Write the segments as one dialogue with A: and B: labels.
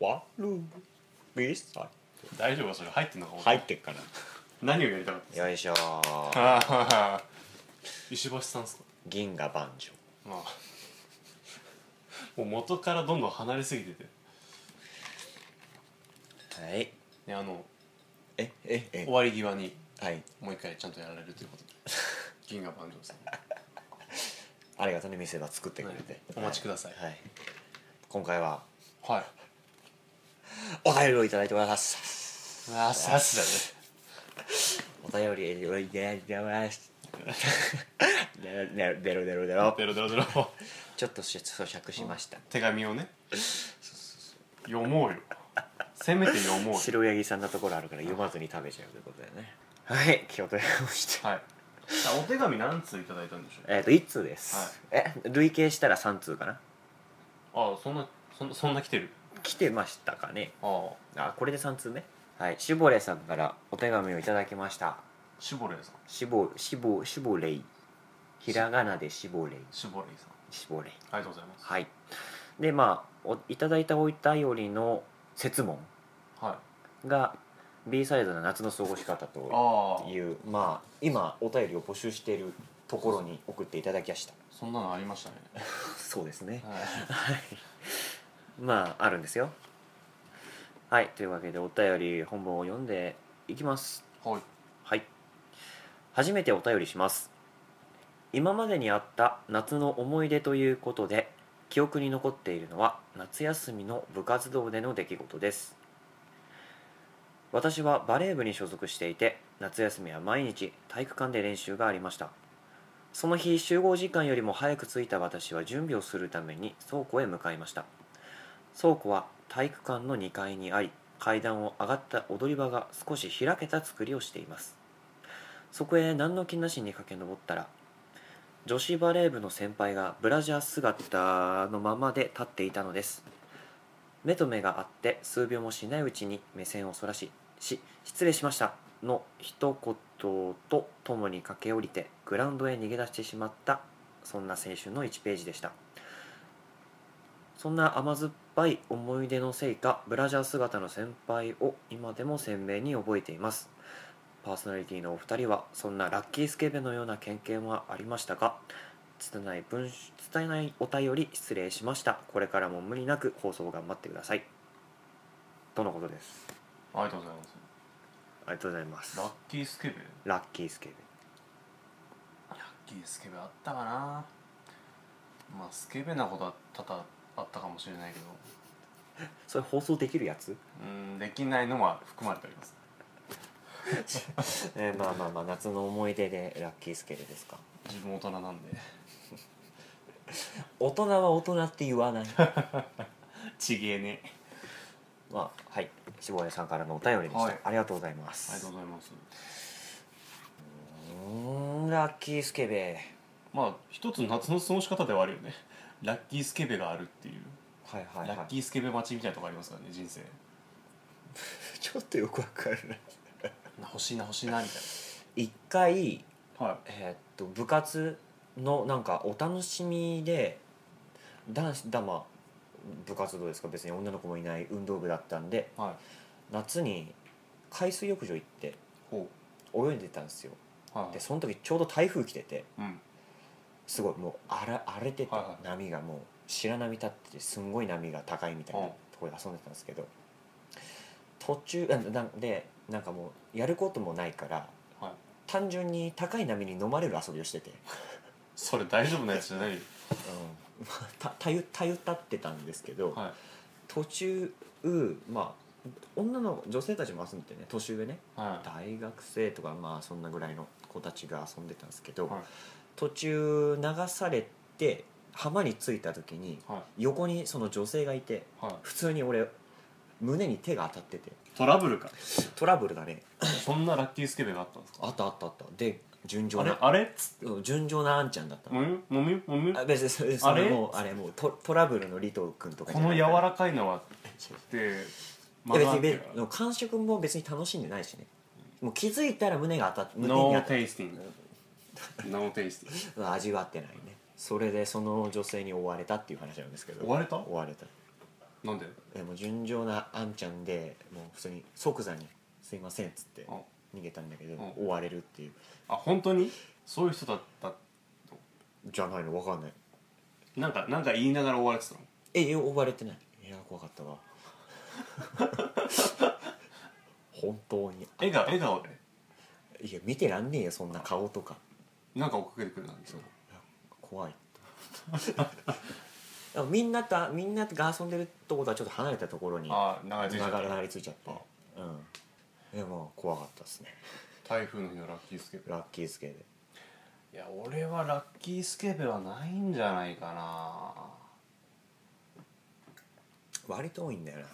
A: ワルビス
B: 大丈夫それ入ってんのか
A: 入ってっかな
B: 何をやりたかったんです
A: よいしょー
B: かあー石橋さんっすか
A: 銀河万丈
B: まあもう元からどんどん離れすぎてて
A: はい
B: ねあの
A: えええ
B: 終わり際に
A: はい
B: もう一回ちゃんとやられるという ことで銀河万丈さん
A: ありがとうね店が作ってくれて、
B: お待ちください
A: はい、はい今回は
B: はい
A: お便りをいただいております
B: ああさす
A: お便りをいただいております デロデロデロデロデロ
B: だねゼロゼロゼロ
A: ちょっとし咀嚼しました
B: 手紙をね読もうよせめて読もうよ
A: 白柳さんのところあるから読まずに食べちゃうということだよねはい気を取り直して
B: はいさあお手紙何通いただいたんでしょう
A: えっ、と1通です、え累計したら3通かな
B: ああそんなそんなそんな来てる
A: 来てましたかね
B: ああ
A: あこれで3通ねはいしぼれさんからお手紙をいただきました
B: シボレイさん
A: しぼしぼしぼれいひらがなでしぼれい
B: シボレイさん
A: しぼれい
B: ありがとうございます
A: はいでまあおいただいたお便りの説問
B: はい
A: が B サイドの夏の過ごし方と
B: ああ
A: いうまあ今お便りを募集しているところに送っていただきました
B: そんなのありましたね、
A: そうですね
B: はい、
A: まああるんですよはいというわけでお便り本文を読んでいきます
B: はい
A: はい初めてお便りします今までにあった夏の思い出ということで記憶に残っているのは夏休みの部活動での出来事です私はバレー部に所属していて夏休みは毎日体育館で練習がありましたその日集合時間よりも早く着いた私は準備をするために倉庫へ向かいました倉庫は体育館の2階にあり階段を上がった踊り場が少し開けた作りをしていますそこへ何の気なしに駆け上ったら女子バレー部の先輩がブラジャー姿のままで立っていたのです目と目があって数秒もしないうちに目線をそらし「し失礼しました」の一言とともに駆け下りてグラウンドへ逃げ出してしまったそんな青春の1ページでしたそんな甘酸っぱい思い出のせいかブラジャー姿の先輩を今でも鮮明に覚えていますパーソナリティのお二人はそんなラッキースケベのような経験はありましたか拙い文章拙いないお便り失礼しましたこれからも無理なく放送頑張ってくださいとのことです
B: ありがとうございます
A: ありがとうございます
B: ラッキースケベ
A: ラッキースケベ
B: ラッキースケベあったかなまあスケベなことは多々あったかもしれないけど
A: それ放送できるやつ
B: うんできないのは含まれております
A: えーまあまあまあ夏の思い出でラッキースケベですか
B: 自分大人なんで
A: 大人は大人って言わない
B: ちげえね
A: まあはい下谷さんからのお便りでした、
B: はい
A: ありがとうございま
B: ありがと
A: す
B: うございます
A: うーんラッキースケベ
B: まあ一つ夏の過ごし方ではあるよねラッキースケベがあるっていう、
A: はいはい
B: ラッキース ケベ待ちみたいなとこありますからね人生
A: ちょっとよくわからない
B: な欲しいな欲しいなみたい
A: 一回、
B: なはい
A: えーっと部活のなんかお楽しみで男子だまあ部活動ですか別に女の子もいない運動部だったんで
B: はい
A: 夏に海水浴場行って
B: ほ
A: 泳いでたんですよ
B: うはい
A: でその時ちょうど台風来てて
B: うん
A: すごいもう荒荒れてて
B: はいはい
A: 波がもう白波立っててすんごい波が高いみたいな
B: うん
A: ところで遊んでたんですけど途中あなんでなんかもうやることもないから
B: はい
A: 単純に高い波に飲まれる遊びをしてて、
B: それ大丈夫なやつじゃないよ
A: うんまあたたゆたゆたってたんですけど、
B: は
A: 途中まあ女の女性たちも遊んでてね年上ね
B: いはい
A: 大学生とかまあそんなぐらいの子たちが遊んでたんですけど、
B: はい
A: 途中流されて浜に着いた時に
B: はい
A: 横にその女性がいて
B: はい
A: 普通に俺胸に手が当たってて
B: トラブルか
A: トラブルがね
B: そんなラッキースケベがあったんですか
A: あったあったあったで純情
B: あれ
A: な
B: あれっつって
A: うん純情なあんちゃんだったの
B: もみもみもみ
A: あ別にそれそれもうあれもうトトラブルのリト君とかじ
B: こ
A: ゃな
B: の
A: い
B: 柔
A: から
B: らかいのはって
A: いや
B: 間があ
A: 別
B: っ
A: に
B: て
A: 別
B: か
A: に感触も別に楽しんでないしねもう気づいたら胸が当たって胸
B: ノ
A: に当
B: ー
A: た
B: テイスティングノーテイスティン
A: うん味わってないねそれでその女性に追われたっていう話なんですけど
B: 追われた
A: 追われた
B: グなんで
A: えもう純情なあんちゃんでもう普通に即座に「すいません」っつって
B: あ
A: 逃げたんだけど
B: うん
A: 追われるっていう
B: あ本当にそういう人だった
A: じゃないのわかんない
B: なんかなんか言いながら追われてたの
A: ええ追われてないいや怖かったわ本当に
B: 笑顔笑顔で
A: いや見てらんねえよそんな顔とか
B: なんか追っかけてくるなんて
A: そういや怖いってでもみんなとみんなが遊んでるとことはちょっと離れたところに
B: ああ長い
A: 流
B: つ
A: れ
B: いちゃった
A: 流れ着いちゃってうんでも怖かったですね
B: 台風の日のラッキースケベ
A: ラッキースケで
B: いや俺はラッキースケベはないんじゃないかな
A: 割と多いんだよな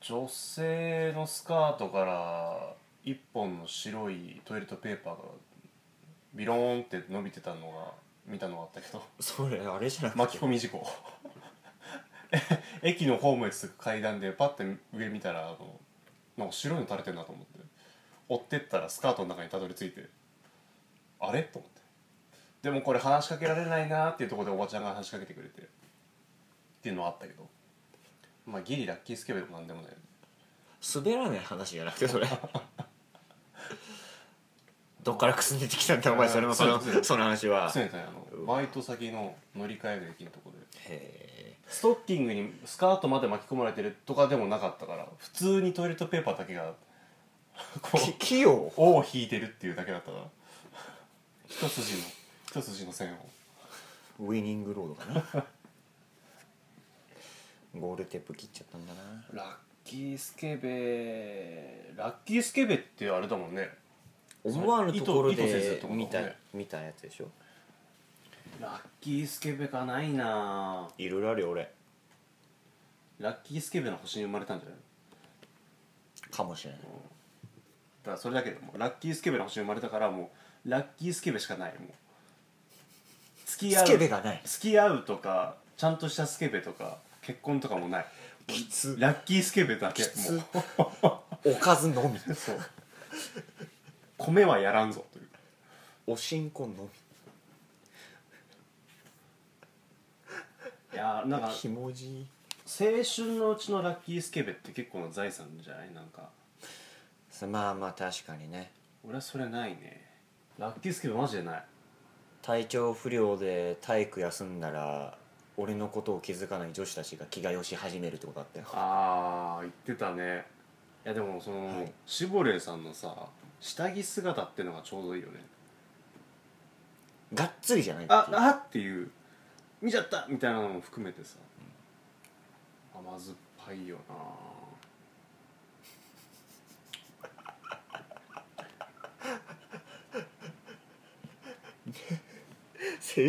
B: 女性のスカートから一本の白いトイレットペーパーがビローンって伸びてたのが見たのがあったけど
A: それあれじゃなくて
B: 巻き込み事故 え駅のホームへ続く階段でパッて上見たらあのなんか白いの垂れてるなと思って追ってったらスカートの中にたどり着いてあれと思ってでもこれ話しかけられないなっていうところでおばちゃんが話しかけてくれてっていうのはあったけどまあギリラッキースケベでもなんでもないよね
A: 滑らない話じゃなくてそれ どっからくすねてきたんだお前それもその
B: そうです
A: その話は
B: そうですねあのバイト先の乗り換える駅のところで
A: へ
B: ストッキングにスカートまで巻き込まれてるとかでもなかったから普通にトイレットペーパーだけがこ
A: え
B: う
A: 器用
B: 尾を引いてるっていうだけだったから一筋の一筋の線を
A: ウィニングロードかな ゴールテープ切っちゃったんだな
B: ラッキースケベラッキースケベってあれだもんね
A: 思わぬところ
B: 意図意図せずっ
A: で
B: てことだもん
A: 見た
B: ね
A: 見たやつでしょ
B: ラッキースケベがないない
A: ろいろあるよ俺
B: ラッキースケベの星に生まれたんじゃない
A: かもしれない
B: だからそれだけでもうラッキースケベの星に生まれたからもうラッキースケベしかないもう付き合う
A: スケベがない
B: 付き合うとかちゃんとしたスケベとか結婚とかもない
A: きつ
B: ラッキースケベだけ
A: きつ
B: も
A: おかずのみ
B: うそう米はやらんぞという
A: おしんこの
B: いやーなん
A: み
B: か
A: ひもじ
B: 青春のうちのラッキースケベって結構な財産じゃないなんか
A: まあまあ確かにね
B: 俺はそれないねラッキースケベマジでない
A: 体調不良で体育休んだら俺のことを気づかない女子たちが気がよし始めるってことだったよ
B: あー言ってたねいやでもその、
A: はい
B: シボレーさんのさ下着姿ってのがちょうどいいよね
A: がっつりじゃないっていう
B: ああっていう見ちゃったみたいなのも含めてさ、甘酸っぱいよな
A: 青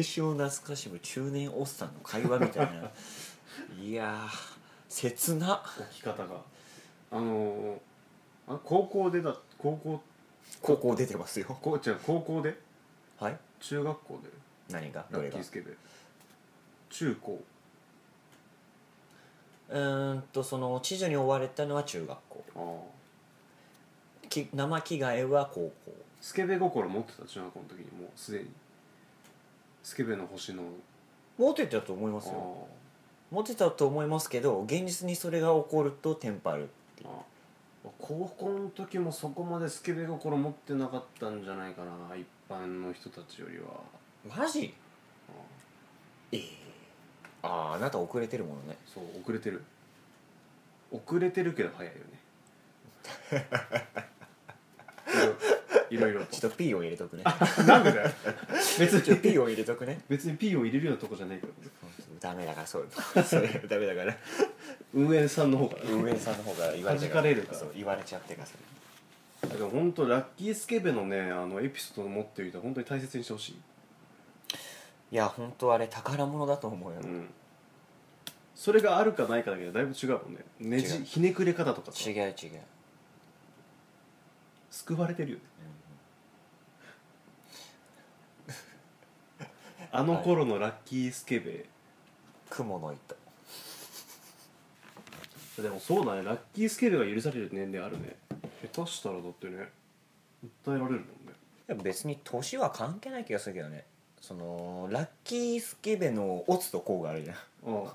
A: 春を懐かしむ中年おっさんの会話みたい ないやー切な
B: 置き方があのーあ高校でだ高校
A: 高校出てますよ
B: こ違う高校で
A: はい
B: 中学校で
A: 何がど
B: ラッ
A: れ
B: キ
A: が
B: ースケベ中高
A: うーんとその知女に追われたのは中学校
B: ああ
A: き生着替えは高校
B: スケベ心持ってた中学校の時にもうすでにスケベの星の
A: モテてたと思いますよ
B: あ
A: モテたと思いますけど現実にそれが起こるとテンパる
B: あああ高校の時もそこまでスケベ心持ってなかったんじゃないかな一般の人たちよりは
A: マジええあああなた遅れてるものね
B: そう遅れてる遅れてるけど早いよ ねいろいろいろ
A: ちょっと P を入れとくね
B: となんでだよ別
A: ちょっと
B: に
A: P を入れとくね
B: 別に P を入れるようなとこじゃないけど
A: ダメだから そういうのそういうのダメだから
B: 運営さんの方が
A: 運営さんの方が言われちゃう
B: 弾かれるから
A: そう言われちゃってからそれ
B: でも本当ラッキースケベのねあのエピソードを持ってる人は本当に大切にしてほしい
A: いや本当あれ宝物だと思うよ、
B: うんそれがあるかないかだけでだいぶ違うもんねね
A: 違
B: じ
A: う
B: ひねくれ方とかさ
A: 違う違う
B: 救われてるよね、あの頃のラッキースケベ、
A: 雲の糸
B: でもそうだねラッキースケベが許される年齢あるね減っ下手したらだってね訴えられるもんね
A: いや別に年は関係ない気がするけどねそのラッキースケベのオツとコウがあるじゃん
B: ああ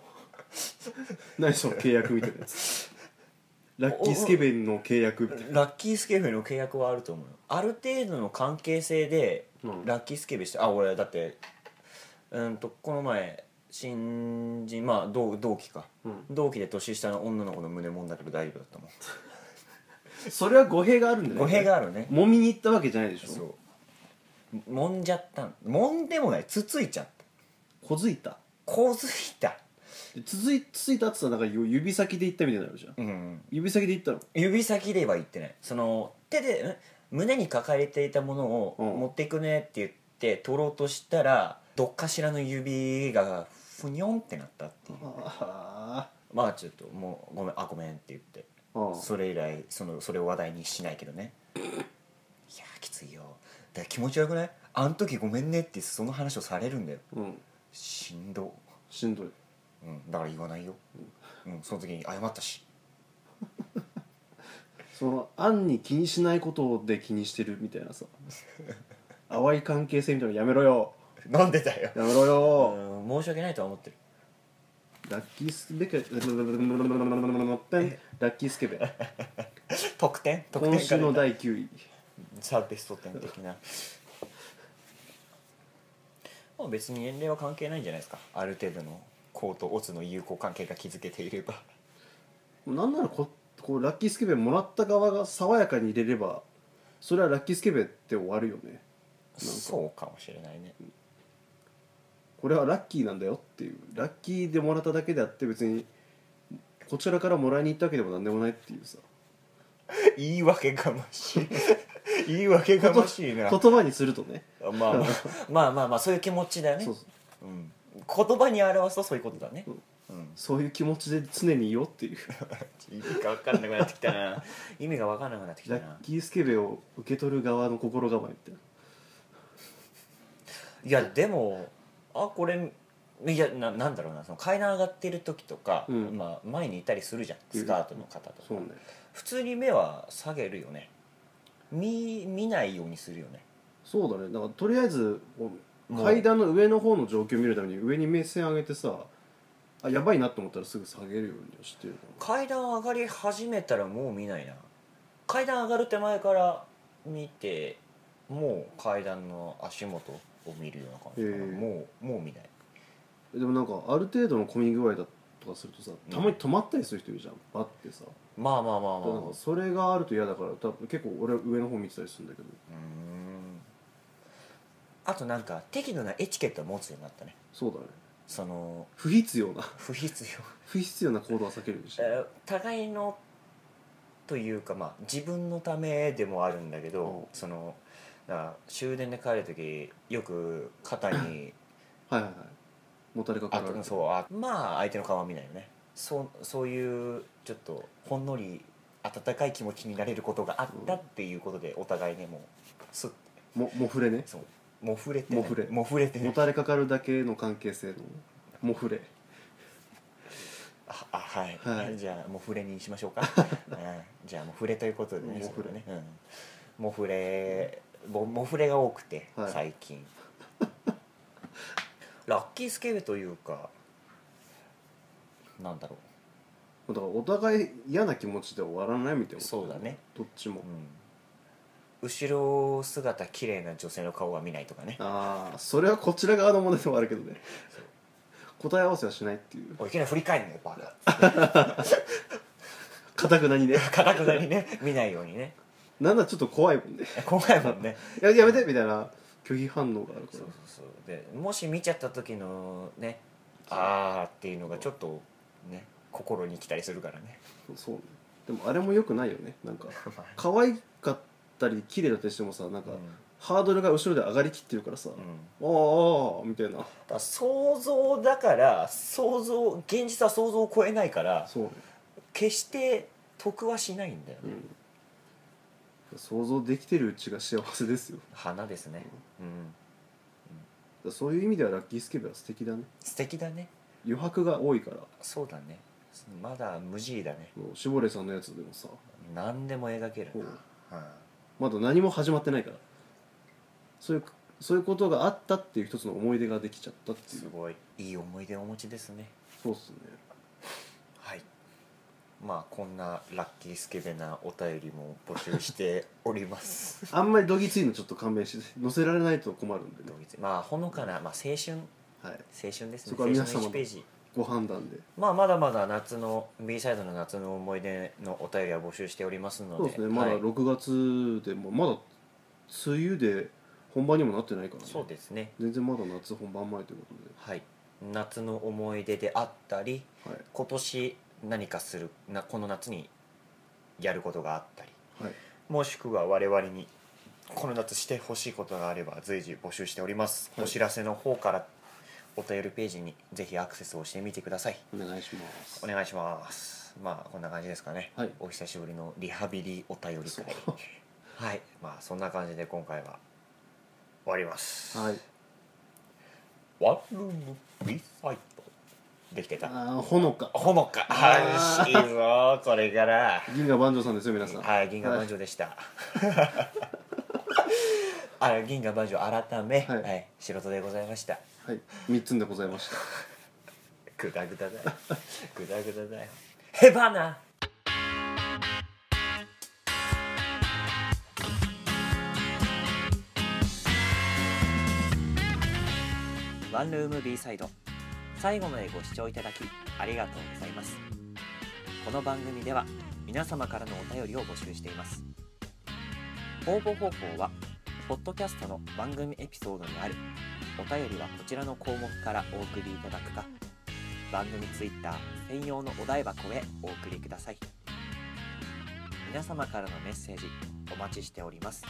B: 何その契約みたいなやつラッキースケベンの契約みたい
A: ラッキースケベの契約はあると思うよある程度の関係性で
B: な、うん、
A: ラッキースケベしてあ俺だってうんとこの前新人まあ同同期か
B: うん
A: 同期で年下の女の子の胸もんだけど大丈夫だったもん
B: それは語弊があるんだよね
A: 語弊があるね
B: 揉みに行ったわけじゃないでしょ
A: そうもんじゃったんもんでもないつついちゃった
B: 小づいた
A: こづいた
B: で続い続いたってさなんか指先で行ったみたいになるじゃん
A: うん
B: 指先で行ったの
A: 指先では言ってないその手でん胸に抱えていたものを
B: うん
A: 持ってくねって言って取ろうとしたらどっかしらの指がふにょんってなったっていう
B: あ
A: まあちょっともうごめんあごめんって言って
B: あ
A: それ以来そのそれを話題にしないけどねいやーきついよだから気持ち悪くないあん時ごめんねってその話をされるんだよ
B: うん
A: しんど、
B: しんどい
A: うん、だから言わないよ、うん、その時に謝ったし
B: その案に気にしないことで気にしてるみたい なさ淡い関係性みたいなのやめろよ
A: なんでだよ
B: やめろよ、
A: うん申し訳ないとは思ってる
B: ラッキースケ ベラッキースケベ
A: 得点得点
B: 今週の第9位
A: ザ・ベスト10的なまあ別に年齢は関係ないんじゃないですかある程度のコーとオツの友好関係が築けていれば
B: なんならここうラッキースケベもらった側が爽やかに入れればそれはラッキースケベって終わるよね
A: そうかもしれないね
B: これはラッキーなんだよっていうラッキーでもらっただけであって別にこちらからもらいに行ったわけでもなんでもないっていうさ
A: 言い訳がましい 言い訳がましいな
B: 言葉にするとね
A: まあまあまあまあまあそういう気持ちだよね
B: そうそう
A: うん、言葉に表すとそういうことだねうん
B: そういう気持ちで常にいようっていう
A: 意味が分かんなくなってきたな意味が分かんなくなってきた
B: ラッ
A: な
B: キースケベを受け取る側の心構えみたいない
A: やでもあこれいやななんだろうなその階段上がってる時とか、
B: うん
A: まあ、前にいたりするじゃんスカートの方とか、
B: そうね
A: 普通に目は下げるよね見見ないようにするよね
B: そうだねだからとりあえずこう
A: もう
B: 階段の上の方の状況を見るために上に目線上げてさあやばいなと思ったらすぐ下げるようにはしてるか
A: 階段上がり始めたらもう見ないな階段上がる手前から見てもう階段の足元を見るような感じかな、
B: へえ
A: もうもう見ない
B: なでもなんかある程度の混み具合だとかするとさたまに止まったりする人いるじゃんバッてさ
A: まあまあまあまあ、
B: なんかそれがあると嫌だから多分結構俺は上の方見てたりするんだけど
A: うーんあとなんか適度なエチケットを持つようになったね
B: そうだね
A: その
B: 不必要な
A: 不必要
B: 不必要な行動は避けるでしょ
A: えー互いのというかまあ自分のためでもあるんだけど、
B: うん
A: そのだから終電で帰る時よく肩に
B: はいはいはいもたれかから
A: あ
B: れ
A: と
B: て
A: そうあまあ相手の顔は見ないよねそうそういうちょっとほんのり温かい気持ちになれることがあったっていうことでお互いねもうすっ
B: ももふれね
A: そうもふれてね
B: もふれ
A: もふれてね
B: もたれかかるだけの関係性のもふれ
A: ああはい、
B: はい
A: じゃあもうフレにしましょう か、うんじゃあもうフレということでね
B: もう
A: そ
B: フレ
A: れはね、うん、もうフレももうフレが多くて、
B: はい
A: 最 近ラッキースケベというかなんだろ
B: だからお互い嫌な気持ちで終わらないみたいな
A: そうだね
B: どっちも
A: う、うん、後ろ姿綺麗な女性の顔は見ないとかね
B: ああそれはこちら側の問題でもあるけどね答え合わせはしないっていう
A: おいいきなり振り返るのよバカ
B: かたくなにね
A: かたくなにね見ないようにね
B: なんだちょっと怖いもんね
A: 今回もね
B: いややめてみたいな拒否反応があるか
A: そう
B: ら
A: そうそうでもし見ちゃった時のねあーっていうのがちょっとね心に来たりするからね
B: そうねでもあれもよくないよねなんか可愛かったり綺麗だったりしてもさなん
A: う
B: か、
A: ん、うん
B: ハードルが後ろで上がりきってるからさ、ああみたい
A: だ
B: な
A: から想像だから想像現実は想像を超えないから
B: そうね、
A: 決して得はしないんだよね、
B: うん、想像できてるうちが幸せですよだか
A: 花ですねうん
B: らそういう意味ではラッキースケベは素敵だね
A: 素敵だね
B: 余白が多いから
A: そうだねまだ無慈悲だね
B: もうしぼれさんのやつでもさ
A: 何でも描ける
B: こう
A: な
B: まだ何も始まってないからそういうそういうことがあったっていう一つの思い出ができちゃったっていう
A: すごいいい思い出をお持ちですね
B: そうっすね
A: はいまあこんなラッキースケベなお便りも募集しております
B: あんまりどぎついのちょっと勘弁して載せられないと困るんでね
A: どういつまあほのかな、まあ、青春
B: はい
A: 青春ですね
B: そこは皆
A: 青春
B: 様
A: の
B: の
A: 1ページ
B: ご判断で
A: まあまだまだ夏の B サイドの夏の思い出のお便りは募集しておりますので
B: そうですねま
A: は
B: だ
A: い
B: 6月でもまだ梅雨で本番にもなってないからね
A: そうですね
B: 全然まだ夏本番前ということ
A: はい夏の思い出であったり
B: ではい
A: 今年何かするなこの夏にやることがあったり
B: はい
A: もしくは我々にこの夏してほしいことがあれば随時募集しております、
B: はい
A: お知らせの方からお便りページにぜひアクセスをしてみてください
B: お願いします
A: お願いしますまあこんな感じですかね、
B: はい
A: お久しぶりのリハビリお便り
B: そう
A: 会 はいまあそんな感じで今回は終わります
B: はい
A: ワンルーム B サイトできてた
B: あーほのか
A: ほのか
B: あ
A: はいいいぞこれから
B: 銀河万丈さんですよ皆さん
A: はい、銀河万丈でした。 あら銀河万丈改め、は、
B: はいい
A: 仕事でございました。
B: はい三つんでございました
A: ぐだぐだだよ。ぐだぐだだよ。ヘバナ。ワンルーム B サイド最後までご視聴いただきありがとうございますこの番組では皆様からのお便りを募集しています応募方法はポッドキャストの番組エピソードにあるお便りはこちらの項目からお送りいただくか番組ツイッター専用のお台箱へお送りください皆様からのメッセージお待ちしております